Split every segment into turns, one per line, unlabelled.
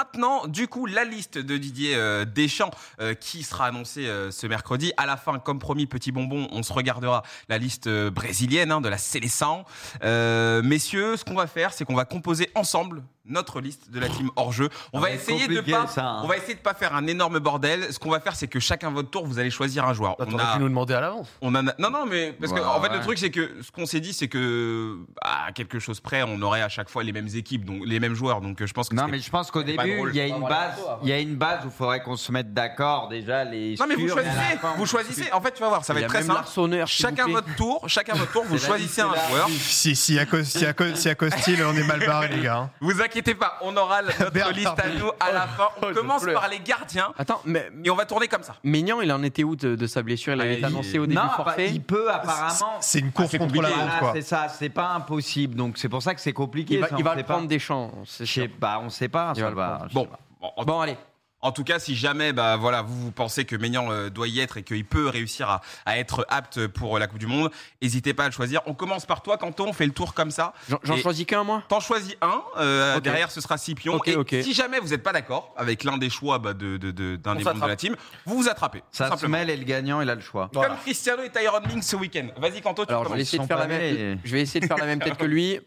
Maintenant, du coup, la liste de Didier euh, Deschamps euh, qui sera annoncée euh, ce mercredi. À la fin, comme promis, petit bonbon, on se regardera la liste euh, brésilienne hein, de la Seleção. Euh, messieurs, ce qu'on va faire, c'est qu'on va composer ensemble notre liste de la team hors jeu. On va
Ah Ouais,
essayer de
compliqué,
pas,
ça, hein.
on va essayer de pas faire un énorme bordel. Ce qu'on va faire, c'est que chacun votre tour, vous allez choisir un joueur.
Attends,
On
t'aurais
a-
pu nous demander à l'avance.
on en a- Non, non, mais parce que
Ouais,
en fait le
ouais.
truc c'est que ce qu'on s'est dit c'est que bah, à quelque chose près on aurait à chaque fois les mêmes équipes donc les mêmes joueurs donc euh, je pense que
Non,
c'était-
mais je pense qu'au
pas
début,
drôle.
il y a une base, il y a une base où il faudrait qu'on se mette d'accord déjà les.
non mais vous
sûrs, et à la
choisissez
fin, on-
vous choisissez en fait tu vas voir ça va
Il y a
être très
même
simple
Larsonneur, s'il
chacun
vous plaît.
votre tour chacun votre tour vous
C'est la
choisissez
liste,
un
c'est la
joueur
Si, si, à cause, si, à cause, si, à cause style, on est mal barré, les gars. hein.
vous inquiétez pas on aura notre
Bernard
liste à
Pivot.
nous à la fin
oh,
on
je
commence
pleure.
par les gardiens
Attends, mais
et on va tourner comme ça
Maignan, il en était où de, de sa blessure Il
Ah,
avait
il-
été annoncé au début
Non, bah,
forfait.
il peut apparemment.
C'est une
Ah,
course
c'est
contre la
compliqué. hein,
montre,
Voilà,
quoi.
c'est ça, c'est pas impossible. Donc c'est pour ça que c'est compliqué.
Il va,
ça,
il
on
va
sait
le
pas.
prendre des champs. c'est
Je sais
sûr.
pas, on sait pas.
Il
ça
va le
va,
prendre.
je
bon
sais pas.
bon, en,
Bon, allez.
en tout cas si jamais bah voilà vous, vous pensez que Maignan euh, doit y être et qu'il peut réussir à, à être apte pour euh, la Coupe du Monde n'hésitez pas à le choisir on commence par toi Canton on fait le tour comme ça
J'en- J'en
Et-
choisis qu'un, moi
T'en choisis un, euh,
Ok.
derrière ce sera Scipion.
Ok,
et
ok.
si jamais vous n'êtes pas d'accord avec l'un des choix bah, de- de- de- d'un
On
des
s'attrape.
membres de la team, vous vous attrapez. tout
Ça se
simplement.
mêle et le gagnant, il a le choix.
Comme Cristiano et Tyron Mings ce week-end. Vas-y, Kanto, tu
Alors, je
commences.
vais, essayer de
sont
faire la
pas mêlés.
même, je vais essayer de faire la même tête que lui.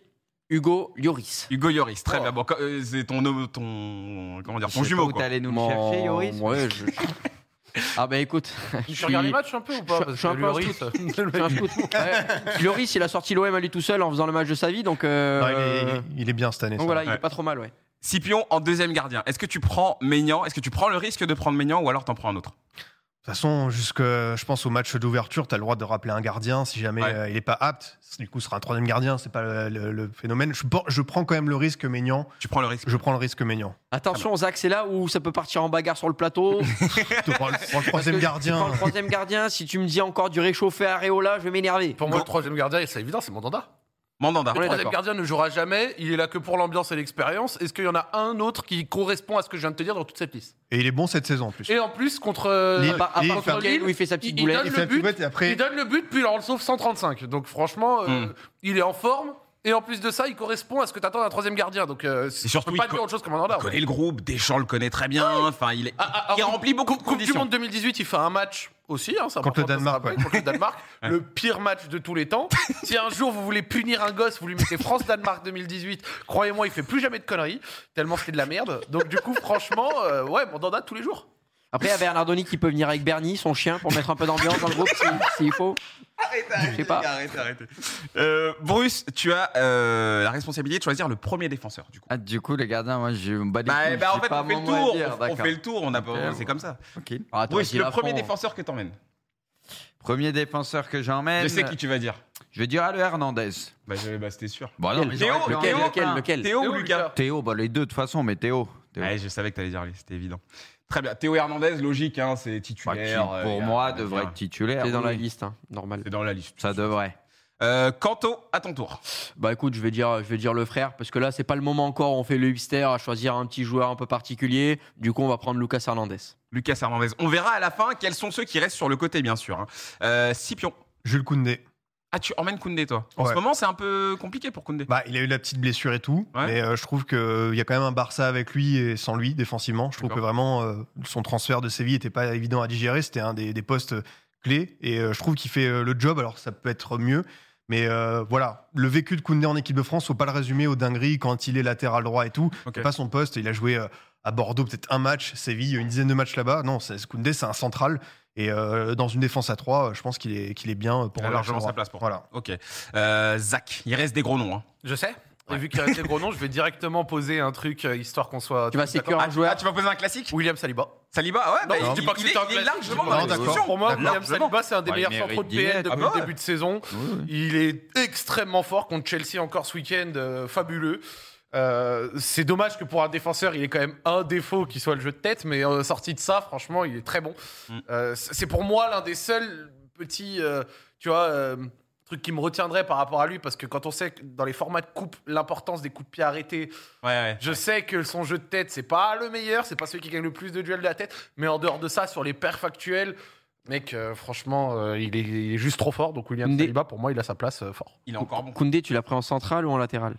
Hugo Lloris.
Hugo Lloris, très
Oh.
bien. Bon, co- euh, c'est ton, homo- ton, comment dire,
Je
ton
sais
jumeau.
pas où
quoi.
t'allais nous le
Mon-
chercher, Yoris.
Ouais, je- Ah, bah écoute. je
Tu regardes les
suis-
matchs un peu ou pas
je-
Parce
je suis un
que
peu un
Lloris,
je suis un scout. Ouais. Lloris, il a sorti l'OM à lui tout seul en faisant le match de sa vie, donc. euh,
Non, il, est, il est bien cette année.
Donc
ça.
voilà, il
Ouais.
est pas trop mal, ouais.
Scipion en deuxième gardien. Est-ce que tu prends Maignan Est-ce que tu prends le risque de prendre Maignan ou alors t'en prends un autre
De toute façon, jusque, je pense au match d'ouverture, tu as le droit de rappeler un gardien si jamais
Ouais.
euh, il n'est pas apte. Du coup, ce sera un troisième gardien, c'est pas le, le- le phénomène. Je, prends- je prends quand même le risque Maignan.
Tu prends le risque.
Je prends le risque Maignan.
Attention, Zach, c'est là où ça peut partir en bagarre sur le plateau.
Tu prends le, prends le
Parce que
troisième
tu prends
gardien.
le troisième gardien, si tu me dis encore du réchauffé à Areola, je vais m'énerver.
Pour moi, le troisième gardien, c'est évident, c'est Mandanda.
Mandanda.
Le
Ouais,
troisième
d'accord.
gardien ne jouera jamais. Il est là que pour l'ambiance et l'expérience. Est-ce qu'il y en a un autre qui correspond à ce que je viens de te dire dans toute cette liste
Et il est bon cette saison en plus.
Et en plus, contre. euh,
Lille,
À part, à
Lille,
part
fait-
contre Lille, où il fait sa petite
il- il
boulette.
donne
Il
le
fait la
but,
pivot et après.
Il donne le but, puis il en sauve 135. Donc franchement, euh,
Mm.
il est en forme. Et en plus de ça, il correspond à ce que t'attends d'un troisième gardien. Donc euh,
Et surtout,
on peut pas
il
dire
co-
autre chose que Mandanda.
Il connaît le groupe, Deschamps le connaît très bien. Enfin, il, est,
Ah, ah,
il
ah,
remplit beaucoup de
Coupe du
conditions.
Monde 2018, il fait un match aussi. Hein, c'est
Contre
important
le
de se
Danemark,
rappeler,
ouais.
Contre le Danemark, le pire match de tous les temps. Si un jour vous voulez punir un gosse, vous lui mettez France-Danemark 2018, croyez-moi, il fait plus jamais de conneries, tellement c'est de la merde. Donc du coup, franchement, euh, ouais, Mandanda tous les jours.
Après, il y a Bernardoni qui peut venir avec Bernie, son chien, pour mettre un peu d'ambiance dans le groupe s'il s'il faut.
Arrêtez, arrêtez,
Je sais pas.
les gars, arrêtez, arrêtez. Euh, Bruce, tu as euh, la responsabilité de choisir le premier défenseur, du coup.
Ah, du coup, les gardiens, moi, je bah, les
Bah,
couilles,
bah, en
j'ai
fait,
pas
on fait le
mon mot à
tour.
dire,
on- on,
d'accord.
fait le tour. On a pas.
Ok,
C'est comme ça.
Ok.
Ah, attends,
Bruce,
il
le
la
premier
prend.
défenseur que t'emmènes.
Premier défenseur que j'emmène,
Je sais qui tu vas dire.
je vais dire à le Hernandez.
Bah, je- bah, c'était sûr.
Bon,
Lequel,
mais
Théo, hein.
j'aurais pu en
Lequel,
mettre
lequel,
un.
lequel
Théo ou
Théo,
Lucas
Lucas
Théo, bah, les deux, de toute façon, mais Théo. Théo.
Ouais, Je savais que t'allais dire lui, c'était évident. Très bien. Théo Hernandez, logique, hein, c'est
Bah, qui,
titulaire. euh, y
pour
a-
moi,
y a-
devrait être titulaire.
C'est dans la
oui.
liste, hein, normal.
C'est dans la liste.
Ça devrait.
Euh, Kanto, à ton tour.
Bah écoute, je vais dire, je vais dire le frère, parce que là, c'est pas le moment encore, on fait le hipster à choisir un petit joueur un peu particulier. Du coup, on va prendre Lucas Hernandez.
Lucas Hernandez. On verra à la fin quels sont ceux qui restent sur le côté, bien sûr. hein. Euh, Scipion.
Jules Koundé.
Ah, tu emmènes Koundé, toi. En
Ouais.
ce moment, c'est un peu compliqué pour Koundé.
Bah, il a eu la petite blessure et tout,
Ouais.
mais euh, je trouve qu'il y a quand même un Barça avec lui et sans lui défensivement. Je trouve que
D'accord.
vraiment euh, son transfert de Séville n'était pas évident à digérer. C'était un des, des postes clés et euh, je trouve qu'il fait euh, le job. Alors ça peut être mieux, mais euh, voilà, le vécu de Koundé en équipe de France, faut pas le résumer aux dingueries quand il est latéral droit et tout.
Ok.
C'est pas son poste. Il a joué euh, à Bordeaux peut-être un match, Séville une dizaine de matchs là-bas. Non, c'est Koundé, c'est un central et euh, dans une défense à trois, euh, je pense qu'il est qu'il est bien euh, pour
Il a
le
largement
latéral
sa
droit.
place pour
Voilà.
Ok. Euh, Zach, il reste des gros noms. hein.
Je sais. Et vu qu'il y a des gros noms, je vais directement poser un truc euh, histoire qu'on soit.
Tu vas
tous d'accord.
sécure un joueur.
Ah, tu vas poser un classique
William Saliba.
Saliba, ouais, bah,
Non,
il,
je dis pas que
il
c'est
est-
un
il est
classique.
largement
Non,
dans la
d'accord.
discussion.
Pour moi, William
Largement.
Saliba, c'est un des
Ouais,
meilleurs
il
centraux de
mérite d'y
PL
être.
depuis
Ah bah
le
ouais.
début de saison. Il est extrêmement fort contre Chelsea encore ce week-end, euh, fabuleux. Euh, c'est dommage que pour un défenseur, il ait quand même un défaut qui soit le jeu de tête, mais euh, sorti de ça, franchement, il est très bon.
Mm.
Euh, c- c'est pour moi l'un des seuls petits, euh, tu vois, euh, trucs qui me retiendrait par rapport à lui, parce que quand on sait que dans les formats de coupe, l'importance des coups de pied arrêtés,
Ouais, ouais.
je sais que son jeu de tête, c'est pas le meilleur, c'est pas celui qui gagne le plus de duels de la tête, mais en dehors de ça, sur les perfs actuels, mec, euh, franchement, euh, il, est, il est juste trop fort. Donc William
Koundé.
Saliba, pour moi, il a sa place euh, fort.
Il est encore bon.
Koundé, tu l'as pris en centrale ou en latéral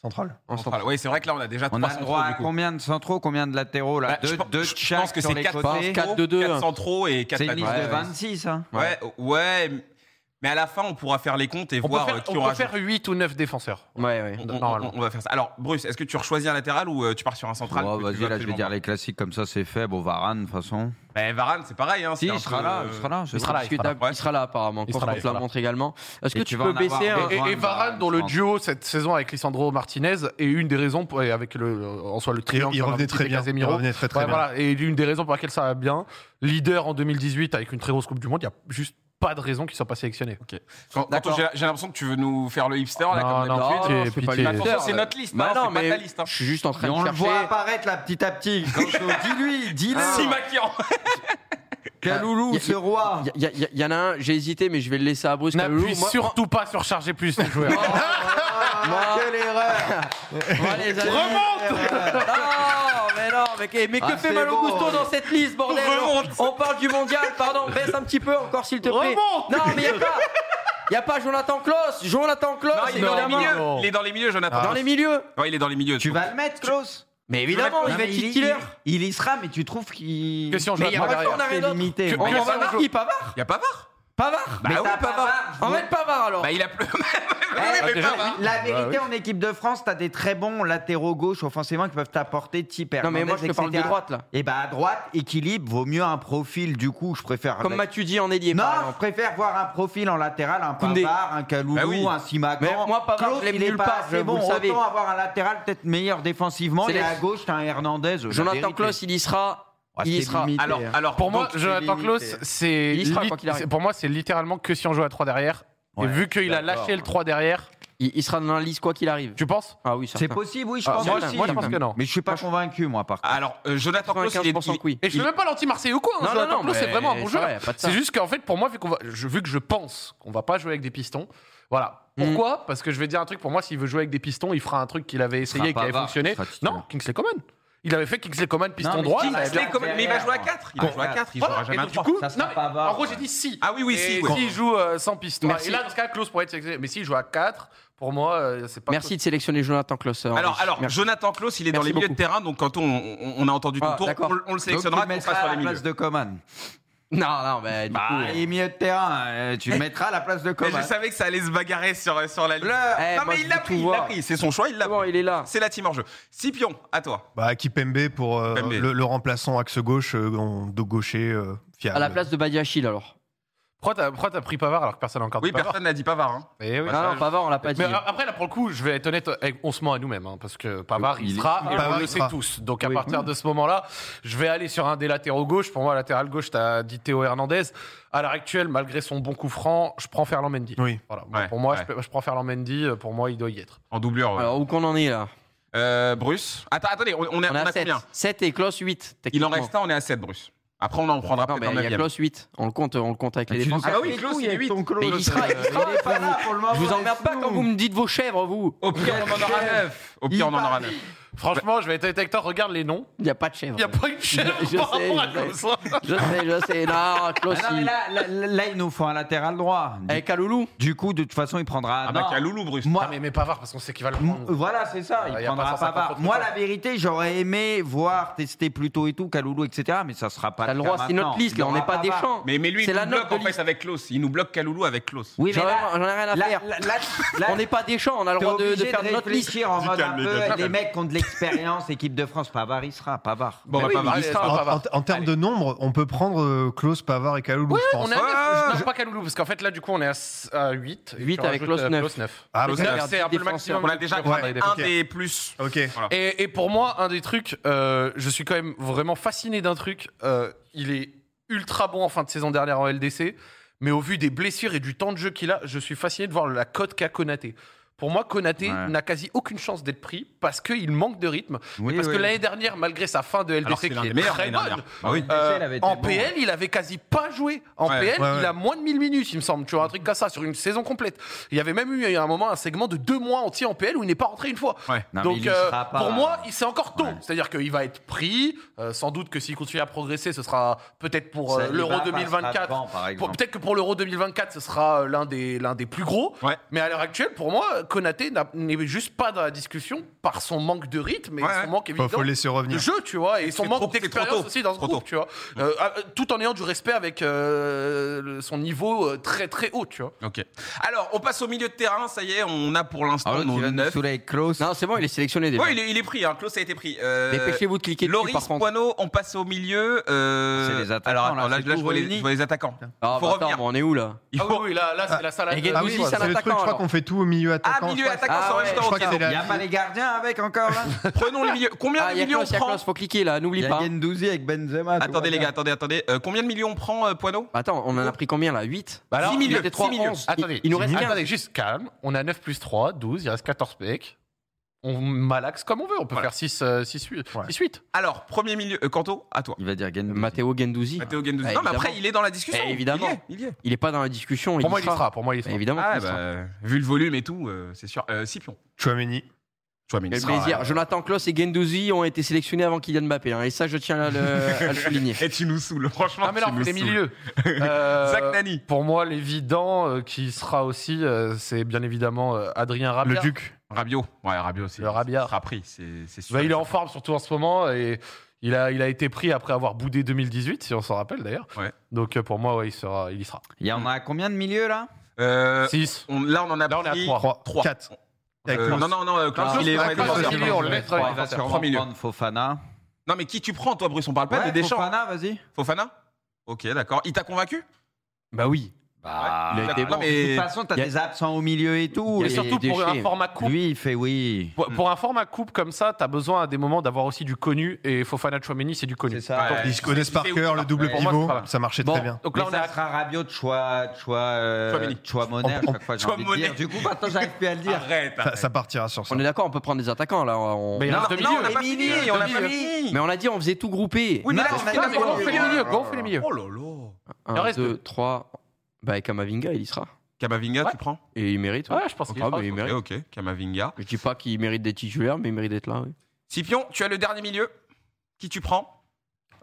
central.
en centrale.
Oui, c'est vrai que là, on a déjà
On
trois
a le
centraux,
droit à
du coup.
combien de centraux, combien de latéraux là
Bah,
Deux,
je pense-
deux de
je
chaque
pense que
sur
c'est
les
quatre
côtés.
par- 4-2-2, hein.
4 centraux et 4
C'est une liste
Ouais,
de
ouais.
26, hein.
Ouais, ouais. Mais à la fin, on pourra faire les comptes et
On peut
voir euh,
faire,
qui
on
aura.
peut faire 8 ou 9 défenseurs.
Ouais, ouais.
On, on-
normalement.
on va faire ça. Alors, Bruce, est-ce que tu rechoisis un latéral ou euh, tu pars sur un central
Oh,
que tu
vas-y,
veux
là, je vais
absolument
dire les classiques, comme ça, c'est faible. Au Varane, de toute façon.
Eh, Varane, c'est pareil. Hein,
Si,
c'est un
il sera
peu,
là,
euh,
il sera là.
il sera là, il sera là.
discutable. Il sera là apparemment.
Il
Quand
sera là,
on
il
te la
sera là.
montre également. Est-ce que
Et
tu,
tu vas
peux
en avoir
baisser un
un.
Et, et
Varane,
Varane, dont le
Varane,
duo cette saison avec Lisandro Martinez est une des raisons pour- et avec le, en soi le
Il,
triangle.
il
sur
revenait
Vinicius
très
et
bien. Il
Casemiro.
revenait très très
Ouais,
bien.
voilà, et l'une des raisons pour laquelle ça va bien, leader en 2018 avec une très grosse Coupe du Monde, il n'y a juste pas de raison qu'il ne soit pas sélectionné.
Quand, quand
D'accord.
j'ai j'ai l'impression que tu veux nous faire le hipster là, comme d'habitude.
Non, non,
Non,
et
c'est
puis
pas
t'es-
Mais
le
non,
Attention, c'est notre liste.
Bah
hein,
non,
c'est pas
mais
ta liste. Hein.
je suis juste en
Et
train de
on le
chercher.
voit apparaître là petit à petit. Ganso, Dis-lui, dis-le.
Ah. Si maquillant.
Kaloulou,
Y-
ce roi.
Il y, a- y a- y en a un, j'ai hésité, mais je vais le laisser à Bruce. Kaloulou.
N'appuie
Moi-
surtout pas sur charger plus les joueurs.
Ah, Quelle erreur.
moi, les amis-
Remonte
Non, mais non, mais, que- mais que
Ah,
fait
c'est
Malo
bon.
Gusto dans cette liste, bordel
Remonte.
On parle du mondial, pardon, baisse un petit peu encore s'il te plaît.
Remonte
Non, mais il a pas. Il n'y a pas Jonathan Klaus. Jonathan Klaus,
Non, il est dans les
évidemment.
milieux.
non.
Il est dans les milieux, Jonathan.
Dans les milieux.
Ouais, il est dans les milieux.
Tu vas le mettre, Klaus
Mais évidemment,
Jonathan
il va
Non, mais
être
il-
titulaire.
Il il y sera, mais tu trouves qu'il.
Que Bah si on joue
Mais il n'y a
Moi,
pas
derrière,
on a rien
c'est
d'autre.
limité.
Que-
On
mais
va
ça,
mettre
on joue-
qui Pavard
Il y a Pavard.
Pavard
Bah
Mais
oui,
t'as
Pavard.
Pavard.
On va mettre Pavard alors.
Bah il a pleu.
Eh,
mais
la-
Pavard.
La
Bah
vérité, en équipe de France, t'as des très bons latéraux gauche offensivement qui peuvent t'apporter type
non, mais
Hernandez,
moi je te parle de
etc..
droite là.
Et bah à droite, équilibre, vaut mieux un profil du coup, je préfère.
Comme
mettre-
Mathieu dit en ailier.
non,
par exemple.
je préfère voir un profil en latéral, un
Koundé.
Pavard, un Kaloulou,
Bah oui.
un Simakan.
Mais moi, Pavard,
Klose,
je l'aime
il est
nulle
pas
part,
assez
vous
bon.
le savez.
Autant avoir un latéral peut-être meilleur défensivement
C'est
et
les-
à gauche, t'as un Hernandez. la
Jonathan
vérité.
Klaus, il y sera.
Ouais,
il y
c'est
sera.
Ah, limité,
Alors,
hein.
alors.
Pour moi,
Donc, c'est
Jonathan
limité.
Klaus, c'est
Il y sera,
lit-
quoi qu'il arrive.
c'est- pour moi, c'est littéralement que si on joue à 3 derrière. et
Ouais,
vu qu'il a
d'accord.
lâché le 3 derrière,
Il, il sera dans la liste quoi qu'il arrive.
tu penses
Ah oui, certain.
C'est possible, oui, je
Ah,
pense.
moi
que
aussi,
si.
moi, je pense que non.
Mais je suis pas convaincu, moi, par contre.
Alors, euh, Jonathan Klaus, il est.
95%
il-
que oui.
Et je ne même pas l'anti-Marseille ou quoi. hein,
Non, non,
Jonathan
non,
Klaus, c'est
mais
vraiment un bon
c'est
joueur.
vrai, pas de ça.
C'est juste qu'en fait, pour moi, vu, qu'on va- je- vu que je pense qu'on va pas jouer avec des pistons, voilà. Pourquoi Parce que je vais dire un truc, pour moi, s'il veut jouer avec des pistons, il fera un truc qu'il avait essayé
sera
et qui
pas
avait
Var, il
fonctionné.
sera titulaire.
Non, Kingsley Coman. Il avait fait Kingsley Coman piston
mais
droit. Ah,
Kingsley
ça avait
Kingsley
bien-
bien
Coman, mais il va jouer à 4. Il va
Bon.
jouer à 4. Il
Voilà,
jouera
et
jamais à
donc, du
3.
coup,
Ça sera
non, mais
pas Var,
en gros,
ouais.
j'ai dit si.
Ah oui, oui,
Et
si.
S'il joue euh, sans piston.
Merci.
Et là, dans ce cas, Klaus pourrait être sélectionné. Mais s'il joue à 4, pour moi, euh, c'est pas.
Merci de sélectionner Jonathan Klaus. euh,
Alors,
Henri.
alors
Merci.
Jonathan Klaus, il est dans
Merci
les milieux de
beaucoup.
terrain, donc quand on, on- on a entendu ton
Ah,
tour,
d'accord.
on, on le
Donc, tu
sélectionnera
le
qu'on
mettras
passe sur
à
les
la
milieux.
place de Coman.
Non, non, bah, du
Bah,
coup.
il est milieu de terrain. euh, Tu le mettras à la place de
Mais
Coman.
je savais que ça allait se bagarrer sur, sur la liste.
Eh,
non,
moi,
mais
je
il l'a
veux
pris,
tout
il l'a
voir.
pris. C'est son choix, il l'a
Bon,
pris.
il est là.
C'est la team en jeu. Scipion, à toi.
Bah, Kipembe pour euh,
Kimpembe.
Le, le remplaçant axe gauche, euh, en- de gaucher, euh, fiable.
À la place de Badiachil alors.
Pourquoi t'as- pourquoi t'as pris Pavard alors que personne n'a encore
Oui,
dit Pavard
personne n'a dit Pavard. hein.
Eh oui.
Ah non, Pavard, on l'a pas dit.
Mais a- après, là, pour le coup, je vais être honnête, avec- on se ment à nous-mêmes, hein, parce que Pavard, il,
Il est-
sera, et
Pavard,
on le
il
sait
sera.
tous. Donc, à
Oui.
partir de ce moment-là, je vais aller sur un des latéraux gauche. Pour moi, latéral gauche, t'as dit Théo Hernandez. À l'heure actuelle, malgré son bon coup franc, je prends Ferland Mendy.
Oui.
Voilà. Moi,
Ouais,
pour moi,
ouais.
je, peux- je prends Ferland Mendy. euh, Pour moi, il doit y être.
En doublure, ouais.
Alors, où qu'on en est là
Euh, Bruce. Attends, attendez, on, on est,
On
on
est
a
à 7.
combien
7 et Klaus 8.
Il en
techniquement.
reste un, on est à 7, Bruce. Après, on en prendra
Non,
peut-être
mais
un
il y a
neuvième.
Klaus 8. On le compte, on le compte avec les
Tu nous
défenses.
as
Ah bah oui,
fait
Klose,
tout,
il est
avec
huit.
ton Klose.
Mais il sera- il sera-
Il est pas là pour le moment,
Je vous
il est
emmerde pas
flou.
quand vous me dites vos chèvres, vous.
Au pire, on en aura 9. Au pire, on en aura 9.
Franchement, je vais être honnête avec toi. Regarde les noms.
Il n'y a pas de chèvre.
Il n'y a pas une chaîne
Je
par
sais,
rapport à
je sais.
tout ça.
Je sais, je sais. Non, Klaus,
Ah non, mais
il...
là, là, là, il nous faut un latéral droit. Du,
Avec Kaloulou.
du coup, de toute façon, il prendra.
Ah bah,
non.
qu'à Loulou, Bruce.
Ah,
Moi,
mais, mais Pavard, parce qu'on sait qu'il va le
m-
prendre.
voilà, c'est ça.
Ah,
il
y a pas
prendra
150
Pavard.
autres
Moi,
trucs.
la vérité, j'aurais aimé voir tester plus tôt et tout, Kaloulou, etc. Mais ça sera pas.
T'as le droit,
cas
c'est notre
maintenant.
liste,
Il
là, on
aura
n'est pas des
Pavard.
champs.
Mais, mais lui,
C'est
il
la
nous bloque
note de
en fait
liste.
avec Klaus. Il nous bloque Kaloulou avec Klaus.
Oui, mais
J'en ai
là,
j'en ai rien à
là,
faire.
là, là, là,
On n'est pas des champs, on a le
T'es
droit de, de
obligé
faire notre liste.
réfléchir en
Dis
mode
calme,
un
les
peu,
gars,
les
calme.
mecs qui ont de l'expérience, équipe de France, Pavard, il sera, Pavard.
Bon,
Mais
bah,
oui,
Pavard, il
il sera
sera.
En,
Ah, Pavard.
en- en termes de nombre, on peut prendre euh, Klose, Pavard et Kaloulou, je pense.
on est à
Ouais,
neuf.
ouais,
Non, pas Kaloulou, parce qu'en fait, là, du coup, on est à s- à 8.
Huit avec Klaus,
euh,
neuf.
Ah,
Les
ok.
gars,
C'est un peu le maximum.
On a déjà
Ouais.
un
Ok.
des plus.
Ok.
Voilà.
Et, et pour moi, un des trucs, euh, je suis quand même vraiment fasciné d'un truc. euh, il est ultra bon en fin de saison dernière en LDC, mais au vu des blessures et du temps de jeu qu'il a, je suis fasciné de voir la cote qu'a Konaté. Pour moi, Konaté
Ouais.
n'a quasi aucune chance d'être pris parce qu'il manque de rythme.
Oui,
parce
oui.
que l'année dernière, malgré sa fin de
Alors, c'est
LDC
l'un
qui
des
est
meilleurs
très
l'année
bonne,
dernière. Bah oui.
euh,
LDC, il avait
en
été bon.
PL, il avait quasi pas joué. En
Ouais.
PL,
Ouais, ouais.
il a moins de 1000 minutes, il me semble. Tu vois, un truc comme ça, sur une saison complète. Il y avait même eu à un moment un segment de deux mois entier en PL où il n'est pas rentré une fois.
Ouais.
Non, mais
Donc,
il y
euh,
sera pas.
pour moi, il- c'est encore tôt.
Ouais.
C'est-à-dire qu'il va être pris. euh, sans doute que s'il continue à progresser, ce sera peut-être pour euh,
Saliba
l'Euro
passera
2024.
devant, par
Pour-
exemple. Ah
Peut-être que pour l'Euro 2024, ce sera euh, l'un des, l'un des plus gros.
Ouais.
Mais à l'heure actuelle, pour moi, Konaté n'a- n'est juste pas dans la discussion par son manque de rythme et
Ouais,
son
ouais.
manque évident
Faut, faut le laisser
de
revenir. Ah
jeu, tu vois, et son
C'est trop-
manque
c'est trop
d'expérience
tôt. Mmh.
aussi dans ce
Trop
groupe, tu vois, Euh, euh, tout en ayant du respect avec euh, le- son niveau euh, très très haut, tu vois.
Ok. Alors, on passe au milieu de terrain. Ça y est, on a pour
Ah,
l'instant
l'autre,
nos
il va nous
neuf.
saouler avec Klaus.
Non, c'est bon, il est sélectionné déjà.
Ouais, il est, il est pris. Hein. Klaus a été pris. Euh,
Dépêchez-vous de cliquer dessus,
Loris,
par contre.
Poineau, on passe au milieu. euh,
C'est les attaquants,
Alors, attends,
là,
là,
c'est
là,
tout,
je, vois les,
Réunis.
je vois les attaquants.
Ah,
faut
bah,
revenir.
attends, mais on est où là
Il
Ah
faut-
oui, oui, là, là c'est
Ah,
la salade.
et Guendouzi,
Ah oui,
c'est
voilà.
un
C'est le truc,
attaquant,
je crois
alors.
qu'on fait tout au milieu attaquant.
Ah, milieu
je crois que-
attaquant
Ah
en
ouais,
même
je
temps.
crois
ok.
que c'est
Il n'y a
la.
pas les gardiens avec encore là
Prenons les milieux. Combien
Ah,
de
il y a
millions on
Klaus, il y a
prend
Klaus, faut cliquer là,
Il y
n'oublie
a
pas.
Gendouzi avec Benzema. tout
Attendez
va
les
bien.
gars, attendez, attendez. Euh, combien de millions on prend, euh, Poineau
Attends, on en a pris combien là 8
Bah alors,
Six
il
milieux,
était
six
trois,
milieux.
onze. Attendez,
Il nous reste
attendez,
quinze.
juste calme. On a 9 plus 3, 12, il reste 14 mecs. On malaxe comme on veut, on peut
Voilà.
faire euh, 6, 6, 8.
Ouais.
Alors, premier milieu, euh, Kanto, à toi.
Il va dire Gendouzi.
Matteo Gendouzi.
Matteo Guendouzi.
Ah,
non, mais
évidemment.
après, il est dans la discussion.
Eh, évidemment.
Il y est. Il y est.
Il est pas dans la discussion.
Pour
y
moi, il y
sera.
sera, pour moi, il y
Bah,
sera.
évidemment.
Ah,
qu'il sera.
bah, vu le volume et tout, euh, c'est sûr. Euh, Scipion.
Chouameni.
Chouameni
Quel
sera,
plaisir.
euh,
Jonathan Klaus et Gendouzi ont été sélectionnés avant Kylian Mbappé. hein, et ça, je tiens à le, à le souligner.
Et tu nous saoules, franchement.
Ah, mais
tu
là, on
nous
fait les
saoules.
milieux. Euh,
Zach Nani.
Pour moi, l'évident euh, qui sera aussi, euh, c'est bien évidemment euh, Adrien Rabiot.
Le Duc.
Rabiot. Ouais, Rabiot aussi.
Le Rabiot.
sera pris, c'est c'est sûr.
il est en forme surtout en ce moment et il a, il a été pris après avoir boudé 2018, si on s'en rappelle d'ailleurs.
Ouais.
Donc euh, pour moi, ouais, il, sera, il y sera.
Il y en a combien de milieux là
Euh,
6.
on- là, on en a
Là, on est à
pris
trois.
3.
trois.
4.
Euh, non, non, non, euh, Klaus,
Ah,
il est
Klaus,
dans les
Klaus,
défenseurs.
il est en- on le met dans les
Ouais,
défenseurs.
Trois milieux.
prendre Fofana.
Non, mais qui tu prends, toi, Bruce On parle pas
Ouais,
de Deschamps. Fofana,
Fofana, vas-y.
Ok, d'accord. Il t'a convaincu
Bah oui.
Bah,
il a été
Non,
bon.
De toute
mais.
façon, t'as
y a-
des absents au milieu et tout.
Il y a
Et
et
surtout pour
déchets.
un format coupe.
Lui, il fait oui.
Pour, pour un format coupe comme ça, t'as besoin à des moments d'avoir aussi du connu et Fofana Chouameni, c'est du connu.
C'est ça.
Ouais.
Ils connaissent par
c'est où,
cœur
ça
le double
Pour moi, c'est
pivot.
pas mal.
Ça marchait
Bon.
très bien.
Donc
Mais
là, on est
ça
à
sera Rabiot de choix, choix, euh,
Chouameni.
choix Ah, Monet à
On- on-
chaque fois, j'ai envie de
Chouameni.
dire. Du coup, maintenant, j'arrive plus à le dire.
Arrête.
Ça, ça partira sur ça.
On est d'accord, on peut prendre des attaquants là. on-
Mais il
Non,
reste
non,
deux
non, on
milieux.
a pas fini,
Deux
on a pas
milieux.
fini.
Mais on a dit, on faisait tout grouper.
Oui, mais là,
Non,
on
mais
a
Non,
non,
mais on fait les milieux,
Oh
go, on
là
fait les
Oh
milieux.
là là.
1,
Il en reste
2,
deux.
3. Bah, et Kamavinga, il y sera.
Kamavinga,
Ouais.
tu prends
Et il mérite. ouais.
Ouais, je
Oh,
pense qu'il
Ah,
sera.
bah, il
Ok,
mérite.
ok, Kamavinga.
Je dis pas qu'il mérite d'être titulaire, mais il mérite d'être là. oui.
Scipion, tu as le dernier milieu. Qui tu prends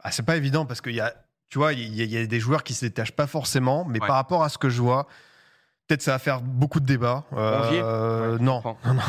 Ah, c'est pas évident parce qu'il y a, tu vois, il y, a- il y a des joueurs qui se détachent pas forcément, mais
Ouais.
par rapport à ce que je vois, peut-être ça va faire beaucoup de débats. Euh, non,
comprends.
non, non.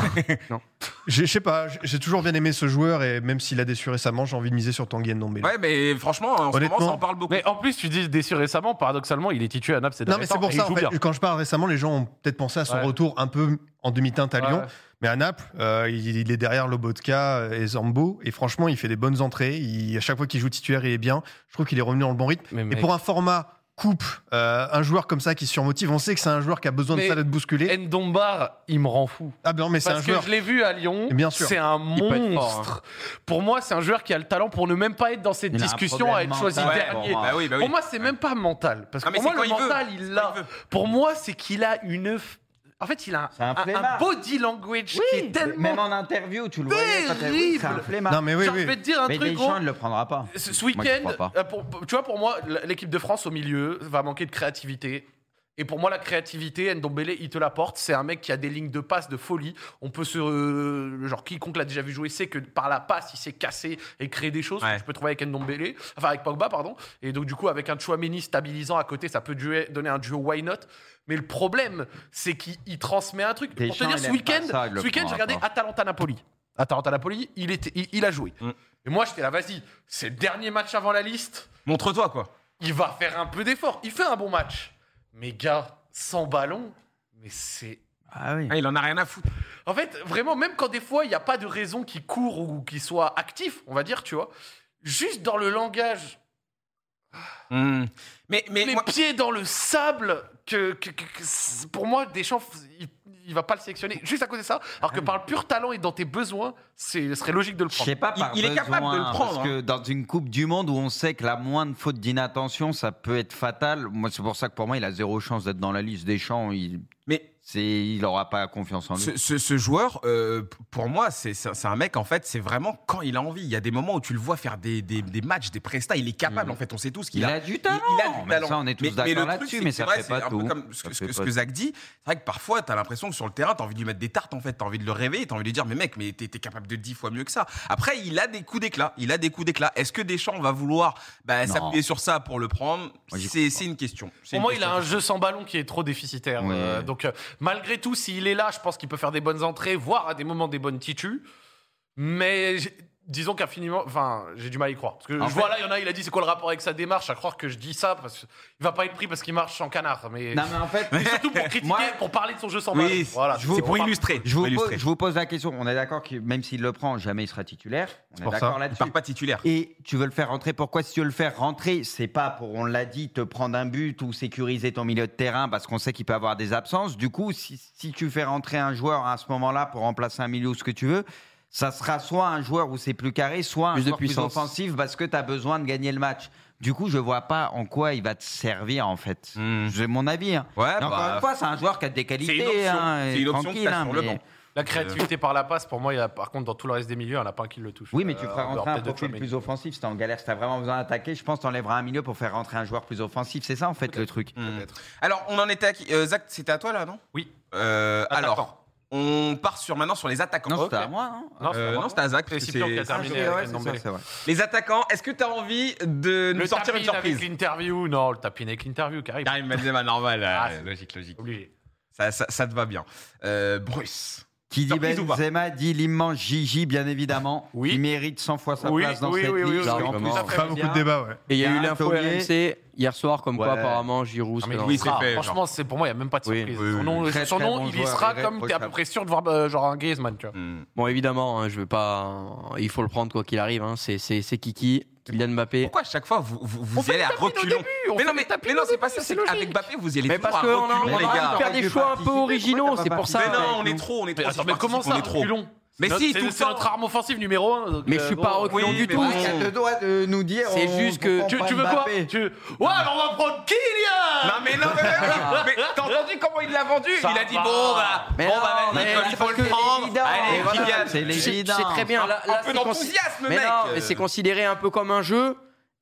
Non.
Je je sais pas, j'ai- j'ai toujours bien aimé ce joueur et même s'il a déçu récemment, j'ai envie de miser sur Tanguy Ndombele.
Ouais, mais franchement, en ce moment,
Honnêtement.
ça en parle beaucoup.
Mais en plus, tu dis déçu récemment, paradoxalement, il est titué à Naples ces
Non,
derniers
mais c'est
temps
pour
et
ça,
il
en
joue
fait,
bien.
quand je parle récemment, les gens ont peut-être pensé à son
Ouais.
retour un peu en demi-teinte à Lyon.
Ouais.
Mais à Naples, euh, il, il est derrière Lobotka et Zambo. Et franchement, il fait des bonnes entrées. Il- à chaque fois qu'il joue titulaire, il est bien. Je trouve qu'il est revenu dans le bon rythme.
Mais
Et
mec,
pour un format coupe, euh, un joueur comme ça qui se surmotive, on sait que c'est un joueur qui a besoin
Mais-
de ça d'être bousculé.
Ndombar, il me rend fou.
Ah ben non, mais c'est un
Parce que
joueur.
je l'ai vu à Lyon,
Et bien sûr.
c'est un
Il peut être fort,
monstre.
hein.
Pour moi, c'est un joueur qui a le talent pour ne même pas être dans cette
Il a un
discussion
problème
à être choisi
mental,
dernier.
bon,
bah oui, bah oui.
Pour moi, c'est même pas mental. Parce que
Ah, mais
pour moi,
c'est
le
quand il veut.
mental, il l'a.
Il veut.
Pour moi, c'est qu'il a une. f- En fait, il a
C'est
un,
un
un- un
flemmard.
body language qui est
Même
tellement.
en interview, tu le voyais. quand t'as- oui, C'est un
Terrible.
flemmard.
Non, mais oui,
Genre,
oui.
je vais te dire un
mais
truc,
Deschamps,
gros.
il ne le prendra pas.
Ce ce
Moi, j'y
week-end,
crois pas.
euh, pour- pour- tu vois, pour moi, l- l'équipe de France au milieu va manquer de créativité. Et pour moi, la créativité, Ndombele, il te l'apporte. C'est un mec qui a des lignes de passe de folie. On peut se. euh, genre, quiconque l'a déjà vu jouer sait que par la passe, il s'est cassé et créé des choses
Ouais.
que tu peux trouver avec Ndombele. Enfin, avec Pogba, pardon. Et donc, du coup, avec un Chouameni stabilisant à côté, ça peut duer- donner un duo why not. Mais le problème, c'est qu'il il transmet un truc. pour te
Deschamps,
dire,
il
ce
aime pas
week-end,
ça, il le
ce week-end, j'ai
prendra
regardé
pas.
Atalanta-Napoli. Atalanta-Napoli, il, était- il, il a joué.
Mm.
Et moi, j'étais là, vas-y, c'est le dernier match avant la liste.
Montre-toi, quoi.
Il va faire un peu d'effort. Il fait un bon match. Mais gars, sans ballon, mais c'est.
Ah oui.
Ah, il en a rien à foutre.
En fait, vraiment, même quand des fois, il n'y a pas de raison qu'il court ou qu'il soit actif, on va dire, tu vois, juste dans le langage,
Hmm. Mais, mais,
les
moi-
pieds dans le sable, que, que- que- que c'est- pour moi, Deschamps, il, il va pas le sélectionner. Juste à côté de ça, alors que par le pur talent et dans tes besoins, c'est- ce serait logique de le
Ah Je
prendre.
sais pas,
Il-
par
il est capable
besoin,
de le prendre,
Parce que dans une Coupe du Monde où on sait que la moindre faute d'inattention, ça peut être fatal. Moi, c'est pour ça que pour moi, il a zéro chance d'être dans la liste des champs. Il,
mais
c'est, il aura pas confiance en lui.
ce, ce- ce joueur, euh, p- pour moi, c'est c'est- c'est un mec, en fait, c'est vraiment quand il a envie. Il y a des moments où tu le vois faire des, des- des matchs, des prestats. Il est capable,
Hmm.
en fait. On sait tous qu'il
Il
a
a du talent.
Il- il a du
Mais
talent.
Ça, on est tous
le
d'accord
truc,
là-dessus,
c'est
mais
que
ça
c'est vrai,
fait pas
c'est un
tout.
peu comme ce,
Ça
que- ce
fait
que- ce
pas
que
tout.
Zach dit. C'est vrai que parfois, t'as l'impression que sur le terrain, t'as envie de lui mettre des tartes, en fait. T'as envie de le rêver, t'as envie de lui dire, mais mec, mais t'es t'es capable de 10 fois mieux que ça. Après, il a des coups d'éclat. Il a des coups d'éclat. Est-ce que Deschamps va vouloir bah,
Non.
s'appuyer sur ça pour le prendre
Moi, j'y
C'est
crois pas.
c'est une question. C'est
Pour
une
moi, il a
question.
un jeu sans ballon qui est trop déficitaire.
Ouais.
Euh, donc, euh, Malgré tout, s'il est là, je pense qu'il peut faire des bonnes entrées, voire à des moments des bonnes titus. Mais j'ai- disons qu'infiniment, enfin, j'ai du mal à y croire. Parce que
En
je
fait-
vois là, il y en a, il a dit c'est quoi le rapport avec sa démarche, à croire que je dis ça, parce qu'il va pas être pris parce qu'il marche en canard. Mais,
Non, mais en fait,
mais surtout pour critiquer,
Moi-
pour parler de son jeu sans
Oui,
ballon. Voilà,
c'est pour illustrer.
je
Pour
vous, pose,
illustrer.
je vous pose la question. On est d'accord que même s'il le prend, jamais il sera titulaire. On est
pour ça.
d'accord
Il
là-dessus.
part pas titulaire.
Et tu veux le faire rentrer. Pourquoi si tu veux le faire rentrer, c'est pas pour, on l'a dit, te prendre un but ou sécuriser ton milieu de terrain parce qu'on sait qu'il peut avoir des absences. Du coup, si, si tu fais rentrer un joueur à ce moment-là pour remplacer un milieu ou ce que tu veux, ça sera soit un joueur où c'est plus carré, soit un
Plus de
joueur plus
puissance.
offensif parce que tu as besoin de gagner le match. Du coup, je vois pas en quoi il va te servir en fait.
Hmm.
C'est mon avis. hein.
Ouais,
Mais encore
bah,
une fois, c'est un joueur qui a des
c'est
qualités.
une option.
hein, et
c'est une option que
tranquille,
t'as
hein,
sur le
mais-
banc.
La créativité par la passe, pour moi, il y a, par contre, dans tout le reste des milieux, il n'y en a pas un qui le touche.
Oui, mais tu
Euh,
feras
en dehors
rentrer un
peut-être de
profil
Chouameni.
plus offensif. Si t'es en galère, si t'as vraiment besoin d'attaquer, je pense t'enlèveras un milieu pour faire rentrer un joueur plus offensif. C'est ça, en fait, le truc.
Hmm. Alors, on en était à qui Euh, Zach, c'était à toi là, non
Oui.
Euh,
Attaquant.
alors, on part sur maintenant sur les attaquants.
Non,
Ok.
c'était à moi. hein.
Non, c'est
Euh,
à moi.
non, c'était à Zach. parce
C'est
que
Cyprien qui a
c'est-
terminé.
Ah, ouais,
avec
c'est
Ndombele.
ça, c'est vrai.
Les attaquants, est-ce que tu as envie de nous
Le
sortir une
tapis avec
surprise
l'interview, non, le tapin avec l'interview qui arrive.
Karim Benzema, normal. euh,
Ah, c'est-
logique, logique.
Obligé.
Ça, ça- ça te va bien. Euh, Bruce.
Qui dit
Surprise ou pas
Benzema dit l'immense Gigi, bien évidemment.
Oui.
Il mérite 100 fois sa
Oui,
place dans
oui,
cette
oui, oui,
ligue.
oui,
parce
oui,
qu'en
vraiment.
plus,
Tout à fait.
Pas beaucoup de débats, ouais.
Et il y
Il y
a
a
eu
un
l'info
taulier.
RMC hier soir, comme quoi
Ouais.
apparemment Giroud
Ah,
serait
oui,
mais il
dans
y
il serait
sera.
fait, genre.
Franchement, c'est pour moi, il n'y a même pas de
Oui,
surprise.
oui,
son
oui,
nom,
oui. Très,
son
très
nom,
bon
il y
joueur,
sera comme
irréprochable.
t'es à peu près sûr de voir euh, genre un Griezmann, tu vois.
Hmm.
Bon, évidemment, hein, je veux pas. Il faut le prendre quoi qu'il arrive. hein. C'est, c'est, c'est Kiki, Kylian Mbappé.
Pourquoi à chaque fois vous, vous, vous
On
y
fait
allez
des
à
tapines au
reculons
début, on
Mais
fait
non,
des
mais,
tapines
mais non,
au
c'est
début,
pas ça. C'est
logique.
qu'avec Mbappé, vous y allez
Mais
toujours
parce
à
qu'on a,
reculons,
on
les
a envie
gars.
de faire des
T'aurais
choix
dû
un peu
participer,
originaux,
pourquoi t'as
c'est
pas
pour ça.
Mais non,
avec
on est
nous.
trop, on est trop.
Mais, attends,
sur
mais comment
participe,
ça,
on est trop.
reculons
Mais
C'est
si,
notre-
tout le
C'est c'est
temps.
notre arme offensive numéro un. donc,
Mais je suis
euh,
pas
bon.
reculons
Oui,
du
mais
tout.
bon.
Ouais, il y a deux doigts de nous dire.
C'est
on
juste que-
comprend
Tu,
pas
tu veux quoi
Mbappé.
tu... Ouais, alors on va prendre Kylian
Non mais non, mais, mais- mais t'as entendu comment il l'a vendu
Ça
Il a dit
va.
bon bah,
Mais
bon
non,
bah vas-y,
mais
comme il
c'est
faut
parce
le
que
prendre.
évident.
Allez,
Et voilà,
Kylian,
C'est
Tu sais- tu
l'évidence.
sais très bien. Là, là,
un peu
c'est consi-
d'enthousiasme,
Mais
mec. euh.
non, mais c'est considéré un peu comme un jeu.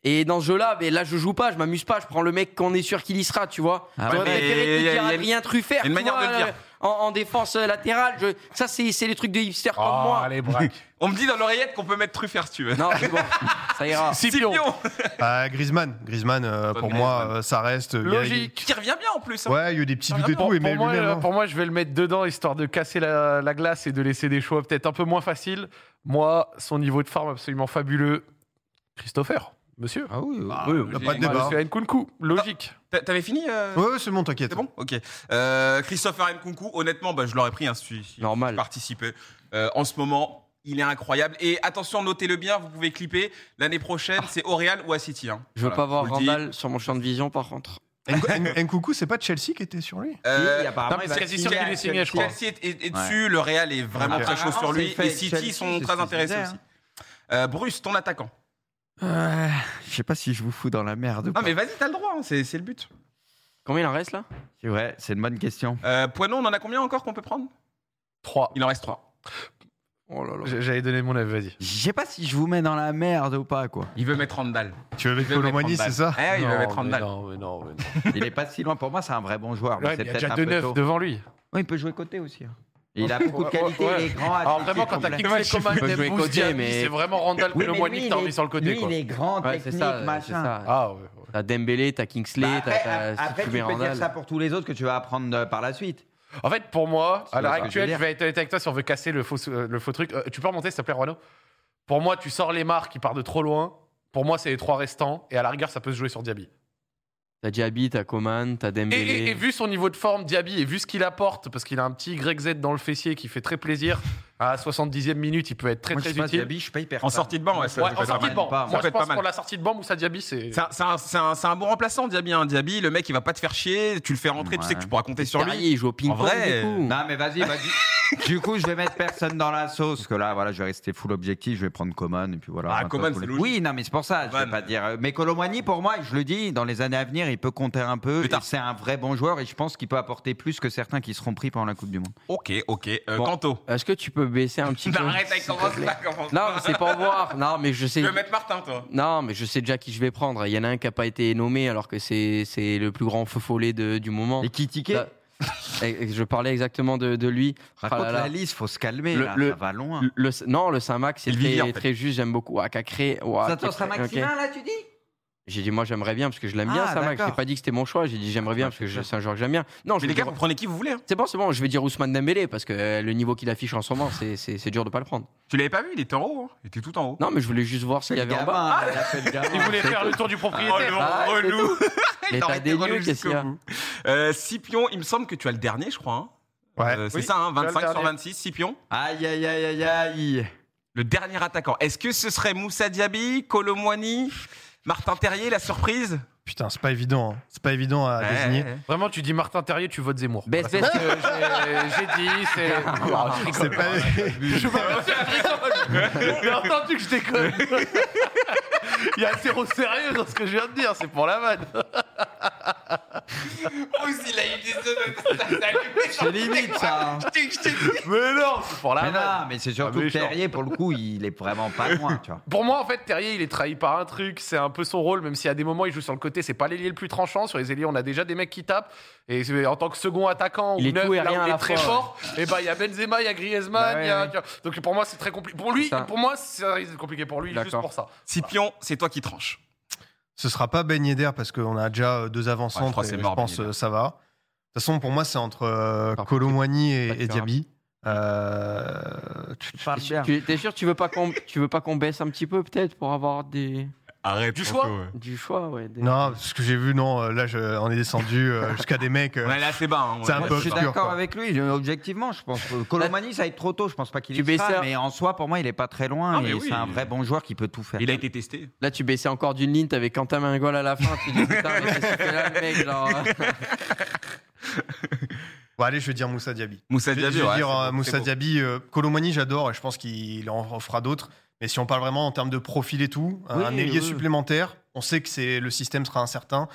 Et dans ce jeu-là, mais là je joue pas, je m'amuse pas, je prends le mec qu'on est sûr qu'il y sera, tu vois.
Ah
J'aurais
ouais, mais
préféré
y a-
qu'il
y a-
dira rien Truffert,
y a une
tu
manière
vois,
de le dire.
euh, En, en défense euh, latérale, je- ça c'est c'est les trucs de hipster comme
Ah,
Oh,
moi.
allez, braque.
On me dit dans l'oreillette qu'on peut mettre Truffert si tu veux.
Non, c'est bon, ça ira.
Scipion.
Scipion.
Ah, Griezmann, Griezmann, euh,
Antoine
pour
Griezmann.
moi, euh, ça reste. il y a-
Logique.
Qui revient bien en plus. hein.
Ouais, il y a eu des petits
Ah,
buts
non,
et
Pour,
tout, et
pour
même
moi,
lui-même.
euh,
hein.
pour moi, je vais le mettre dedans histoire de casser la, la glace et de laisser des choix peut-être un peu moins faciles. Moi, son niveau de forme absolument fabuleux. Christopher, monsieur.
Ah oui,
Ah,
oui,
y a pas de
Ah,
débat.
monsieur Nkunku, logique.
T'a- T'avais fini euh,
Ouais, ouais, c'est bon, t'inquiète.
C'est bon Ok. Euh, Christopher Nkunku, honnêtement, bah, je l'aurais pris hein, si, si
Normal.
je participais. Euh, en ce moment, il est incroyable. Et attention, notez-le bien, vous pouvez clipper. L'année prochaine,
Ah.
c'est au Real ou à City. hein.
Je veux
Voilà,
pas voir
je vous le dis.
Randall sur mon champ de vision par contre.
Nk- Nk- Nkunku, c'est pas Chelsea qui était sur lui
Euh,
Si, apparemment,
non, mais
il va
c'est quasi
signer
sûr qu'il
à
est signé, je crois.
Chelsea est, est- est dessus, le Real est vraiment
Ok.
très chaud sur lui.
Ah, c'est
Et
fait.
City
Chelsea,
sont
c'est
très
ce hein. que je
intéressés
disais,
aussi. Euh, Bruce, ton attaquant.
Euh, je sais pas si je vous fous dans la merde. ou
Ah
pas.
mais vas-y, t'as le droit, hein, c'est c'est le but.
Combien il en reste là
C'est vrai, c'est une bonne question.
Euh, Poinon, on en a combien encore qu'on peut prendre
3.
Il en reste 3.
Oh là là.
J'allais donner mon avis, vas-y.
Je sais pas si je vous mets dans la merde ou pas, quoi.
Il veut mettre Randall.
Tu veux mettre
Il veut mettre
Colomani,
Randall.
c'est ça
Ah
Eh, il veut
Non,
mettre
mais
Randall.
Non, mais non, mais non.
Il est pas si loin. Pour moi, c'est un vrai bon joueur. mais
Ouais,
c'est
mais il y a
peut-être
déjà
un
deux
peu
neufs
tôt.
devant lui.
Ouais, il peut jouer côté aussi. hein. Il a beaucoup de qualité,
Ouais, ouais.
il est grand.
Alors
athlétique,
vraiment, quand t'as
complet.
kick
Ouais,
fait
je
comme un
peux jouer
Nembous
côté,
Diaby,
mais-
c'est vraiment Randall
Oui, mais
Colomboigny
lui,
que t'as
il est-
envie sur le côté,
lui,
quoi.
il est grand,
Ouais, c'est
technique,
euh,
ça, c'est
machin.
ça.
Ah ouais, ouais.
T'as Dembélé, t'as Kingsley,
Bah, après,
t'as, t'as
après, tu
Steve
peux dire
Randall.
ça pour tous les autres que tu vas apprendre euh, par la suite.
En fait, pour moi,
C'est
à l'heure
ce que je
actuelle,
veux
je
dire.
vais être honnête avec toi si on veut casser le faux, euh, le faux truc. Euh, tu peux remonter, s'il te plaît, Rwano Pour moi, tu sors les marques qui part de trop loin. Pour moi, c'est les trois restants. Et à la rigueur, ça peut se jouer sur Diaby.
T'as Diaby, t'as Coman, t'as
Et,
Dembélé.
et- et vu son niveau de forme, Diaby, et vu ce qu'il apporte, parce qu'il a un petit YZ dans le fessier qui fait très plaisir, à 70e minute, il peut être très,
Moi, je
très
suis pas
utile.
Diaby, je paye personne.
En sortie de banc, ouais, ça,
Ouais,
ça
en
peut être
sortie
pas mal.
de banc.
Ça
Moi,
peut
je
être pas
pense
mal.
pour la sortie de banc, Moussa Diaby, c'est.
C'est un, c'est un- c'est un- c'est un bon remplaçant, Diaby. hein. Diaby, le mec, il va pas te faire chier. Tu le fais rentrer, tu
Ouais.
sais que tu pourras compter sur lui.
Terrier, il joue au ping-pong.
vrai,
du coup.
Non, mais vas-y, vas-y. du coup, je vais mettre personne dans la sauce. Parce que là, voilà, je vais rester full objectif. Je vais prendre Coman. Et puis voilà.
Ah,
Un peu
Coman,
full-
c'est logique.
Oui, non, mais c'est pour ça. Je
Coman.
vais pas dire. euh, Mais Colomani, pour moi, je le dis, dans les années à venir, il peut compter un peu.
Plus
et
tard.
C'est un vrai bon joueur. Et je pense qu'il peut apporter plus que certains qui seront pris pendant la Coupe du Monde.
Ok, ok. Euh,
Bon.
Kanto.
Est-ce que tu peux baisser un petit peu
Bah, Arrête,
s'il
avec
te
commence
plaît
pas, commence
Non,
pas.
mais c'est pour voir. Non, mais je sais.
Tu veux mettre Martin, toi
Non, mais je sais déjà qui je vais prendre. Il y en a un qui a pas été nommé alors que c'est c'est le plus grand feu follet de- du moment.
Et qui tiquait
Là, Et- et je parlais exactement de, de lui.
Raconte
Ah là là.
la liste, faut se calmer.
Le-
là,
le-
ça va loin.
Le- le- non, le Saint-Max, c'est
Il vit,
très,
en fait.
très juste. J'aime beaucoup. Ah, Cacré. ouah,
Ça te
qui est
sera
très- ok.
Maximin, là, tu dis
J'ai dit, moi j'aimerais bien parce que je l'aime bien,
Ah,
ça, Max. J'ai
d'accord.
pas dit que c'était mon choix. J'ai dit, j'aimerais bien parce que je- c'est un joueur que j'aime bien. Non, je
Mais
vais
les gars,
dire-
vous prenez qui vous voulez. hein.
c'est bon, c'est bon. Je vais dire Ousmane Dembélé parce que euh, le niveau qu'il affiche en ce moment, c'est- c'est c'est dur de pas le prendre.
Tu l'avais pas vu, il était en haut. hein. Il était tout en haut.
Non, mais je voulais juste voir s'il y avait en bas.
Il voulait faire le tour du
Oh le
propriétaire.
Ah, c'est
relou
Mais
Il aurait
t'as
été
des
relou
nuls,
jusqu'au
Cassia.
bout. Euh, Scipion, il me semble que tu as le dernier, je crois. hein.
Ouais.
Euh, c'est
Oui,
ça, hein,
tu as le
25 sur
dernier.
26, Scipion.
Aïe, aïe, aïe, aïe, aïe.
Le dernier attaquant. Est-ce que ce serait Moussa Diaby, Colomwani, Martin Terrier, la surprise
Putain, c'est pas évident. hein. C'est pas évident à
Ouais,
désigner.
ouais.
Vraiment, tu dis Martin Terrier, tu votes Zemmour.
Baisse, baisse.
Voilà. Euh, J'ai j'ai dit, c'est. Non, je rigole.
C'est pas.
Je rigole. J'ai entendu que je déconne. Il y a zéro sérieux dans ce que je viens de dire, c'est pour la vanne.
C'est limite, ça. hein.
Mais non, c'est pour la
Mais
vanne.
non, mais c'est surtout
Ah,
que
méchant.
Terrier, pour le coup, il est vraiment pas loin, tu vois.
Pour moi, en fait, Terrier, il est trahi par un truc. C'est un peu son rôle, même si à des moments, il joue sur le côté. C'est pas l'ailier le plus tranchant. Sur les ailiers, on a déjà des mecs qui tapent. Et c'est- en tant que second attaquant,
Il
ou
est
neuf,
tout et
là,
rien
où
à
il est
la
très
fois,
fort. Et bah, il y a Benzema, il y a Griezmann.
Bah ouais,
il y a-
ouais.
Donc pour moi, c'est très compliqué. Pour lui,
C'est ça.
pour moi, ça risque d'être compliqué pour lui, juste
D'accord.
pour ça.
Scipion, c'est toi qui tranches.
Ce sera pas Ben Yedder parce qu'on a déjà euh, deux
Ouais, je
avancantes.
crois que c'est
et je
mort, Ben
pense
Yedder.
euh, ça va. De toute façon, pour moi, c'est entre euh,
Par contre,
Colomwani
pas de
et, et
faire
Diaby. Euh, tu-
Parle
Tu- tu- T'es sûr tu veux pas qu'on tu veux pas qu'on baisse un petit peu peut-être pour avoir des
Arrête.
Du
Franco,
choix
ouais.
du choix ouais. des-
Non, ce que j'ai vu, non. euh, Là, je- on est descendu euh, jusqu'à des mecs. euh,
On est allé assez bas. hein, on
C'est
est
un
allé
peu
Je
assez
suis
bas.
obscur,
d'accord
quoi.
avec lui, euh, objectivement, je pense. que Colomani, ça va être trop tôt, je pense pas qu'il
Tu
y sera,
baissais-
mais en soi, pour moi, il est pas très loin
Ah, mais
et
oui.
c'est un vrai bon joueur qui peut tout faire.
Il a été testé.
Là tu baissais encore d'une ligne, t'avais Quentin Mingol à la fin, tu dis putain mais qu'est-ce qu'il fait là le mec genre euh.
Bon, allez, je vais dire Moussa Diaby.
Moussa
Je-
Diaby.
je vais
ouais,
dire
c'est
euh,
beau, c'est
Moussa
beau.
Diaby, euh, Colomwani, j'adore et je pense qu'il en fera d'autres. Mais si on parle vraiment en termes de profil et tout,
Oui,
un ailier
oui.
supplémentaire, on sait que c'est le système sera incertain.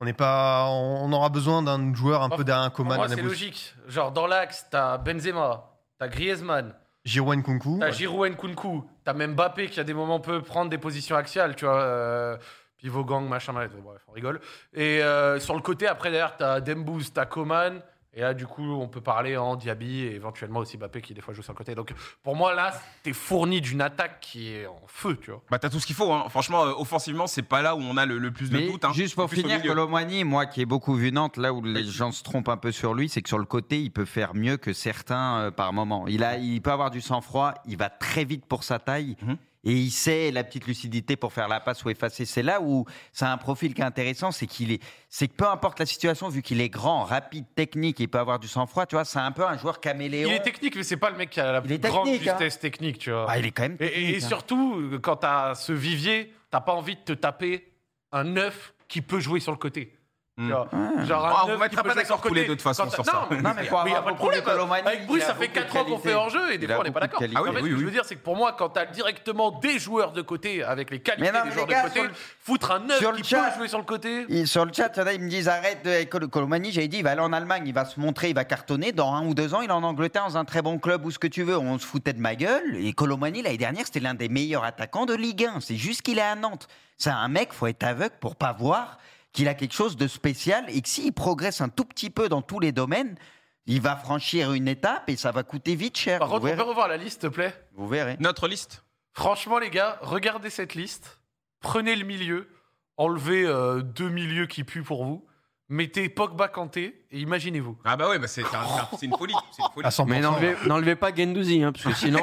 On n'est pas, on on aura besoin d'un joueur un
Pour-
peu d'un
Pour
Coman,
moi,
d'un
c'est
Abou-
logique. Genre, dans l'axe, t'as Benzema, t'as Griezmann,
Giroud Nkunku.
t'as Giroud Nkunku, t'as même Mbappé qui, à des moments, peut prendre des positions axiales, tu vois. euh, pivot gang, machin, machin, bref, on rigole. Et euh, sur le côté, après, derrière, t'as Dembouz, t'as Coman. Et là, du coup, on peut parler en Diaby et éventuellement aussi Mbappé qui, des fois, joue sur le côté. Donc, pour moi, là, t'es fourni d'une attaque qui est en feu, tu vois.
Bah t'as tout ce qu'il faut. hein. Franchement, euh, offensivement, c'est pas là où on a le, le plus de
Mais
doutes. hein.
Juste pour
Plus au
finir,
milieu.
Colomani, moi qui ai beaucoup vu Nantes, là où les gens se trompent un peu sur lui, c'est que sur le côté, il peut faire mieux que certains euh, par moment. Il, a, il peut avoir du sang-froid, il va très vite pour sa taille.
Mhm.
Et il sait la petite lucidité pour faire la passe ou effacer. C'est là où c'est un profil qui est intéressant, c'est qu'il est, c'est que peu importe la situation, vu qu'il est grand, rapide, technique, il peut avoir du sang-froid. Tu vois, c'est un peu un joueur caméléon.
Il est technique, mais c'est pas le mec qui a la
Il est
plus grande
technique, hein.
justesse technique, tu vois.
Ah, il est quand même.
Et- Et, et
technique, hein.
surtout, euh, quand t'as ce vivier, t'as pas envie de te taper un neuf qui peut jouer sur le côté.
Mm.
Genre,
Ouais.
genre
Ah,
un
on
neuf
mettra
qui
pas
peut jouer
d'accord
sur le
tous les
côté.
deux de toute façon
Quand
sur
t'as-
ça.
Non,
Non,
mais
mais
il
pour
n'y a
avoir
pas de
beaucoup de
problème.
Colomani,
Avec Bruce,
il a
ça fait
beaucoup de
4 ans qu'on
qualité.
fait en jeu et des
Il a
fois, on n'est
beaucoup
pas d'accord.
de
En fait,
qualité. Ah
ce que
Oui,
je
oui,
veux dire, c'est que pour moi, quand t'as directement des joueurs de côté, avec les qualités
Mais non,
des
mais
joueurs
les gars,
de côté,
sur le-
foutre un neuf
sur le
qui
chat-
peut jouer sur le côté.
Et sur le chat, il y en a, ils me disent arrête de Col- Colomani. J'ai dit, il va aller en Allemagne, il va se montrer, il va cartonner. Dans un ou deux ans, il est en Angleterre, dans un très bon club ou ce que tu veux. On se foutait de ma gueule. Et Colomani, l'année dernière, c'était l'un des meilleurs attaquants de Ligue 1. C'est juste qu'il est à Nantes. C'est un mec, faut être aveugle pour pas voir qu'il a quelque chose de spécial et que s'il progresse un tout petit peu dans tous les domaines, il va franchir une étape et ça va coûter vite cher.
Par
vous,
contre, on peut
verrez,
revoir la liste, s'il te plaît.
Vous verrez.
Notre liste.
Franchement, les gars, regardez cette liste. Prenez le milieu. Enlevez euh, deux milieux qui puent pour vous. Mettez Pogba Kanté et imaginez-vous.
Ah bah ouais, bah c'est un- c'est une folie. C'est une folie.
à 100%.
Mais n'enlevez n'enlevez pas Gendouzi hein, parce que sinon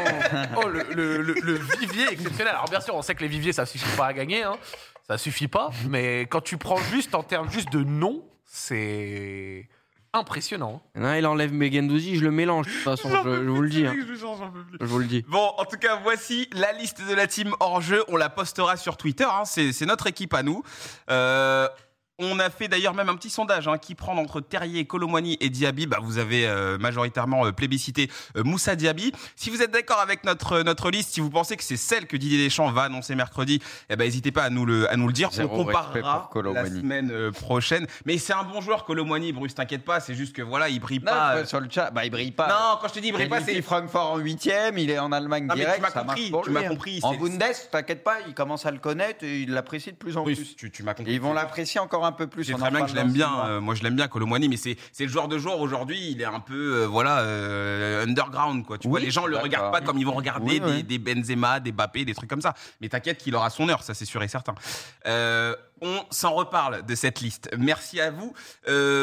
Oh, le, le- le- le vivier exceptionnel. Alors, bien sûr, on sait que les viviers, ça suffit pas à gagner. Hein. Ça suffit pas. Mais quand tu prends juste en termes juste de nom, c'est impressionnant. hein.
non, il enlève mes Gendouzi, je le mélange de toute façon, je, je vous le dis hein. Je vous le dis.
Bon, en tout cas, voici la liste de la team hors jeu. On la postera sur Twitter. hein. C'est c'est notre équipe à nous. Euh, on a fait d'ailleurs même un petit sondage hein, qui prend entre Terrier, Colomwani et Diaby. Bah, vous avez euh, majoritairement euh, plébiscité euh, Moussa Diaby. Si vous êtes d'accord avec notre, euh, notre liste, si vous pensez que c'est celle que Didier Deschamps va annoncer mercredi, eh ben, n'hésitez pas à nous le, à nous le dire.
Zéro
on
respect
comparera
pour
la
Colomwani.
semaine euh, prochaine. Mais c'est un bon joueur, Colomwani, Bruce, t'inquiète pas. C'est juste que voilà, il brille
Non,
pas. euh,
sur le chat, bah, il brille pas.
Non, quand je te dis il brille pas, c'est
Francfort en huitième, il est en Allemagne
Non, mais
direct.
tu m'as
ça marche
compris,
pour
tu
lui,
m'as
hein.
compris,
En
c'est-
Bundes, t'inquiète pas, il commence à le connaître et il l'apprécie de plus en plus.
Bruce, tu, tu m'as
Et
compris.
ils vont l'apprécier encore un un peu plus.
J'ai
on en
très bien que je
parle
l'aime
dans
bien.
six mois.
euh, moi, je l'aime bien, Colomwani, mais c'est c'est le genre de joueur aujourd'hui. Il est un peu, euh, voilà, euh, underground, quoi. Tu
Oui,
vois, les gens le
d'accord.
regardent pas comme ils vont regarder
Oui,
des,
oui.
des Benzema, des Mbappé, des trucs comme ça. Mais t'inquiète qu'il aura son heure, ça c'est sûr et certain. Euh, on s'en reparle de cette liste. Merci à vous. Euh,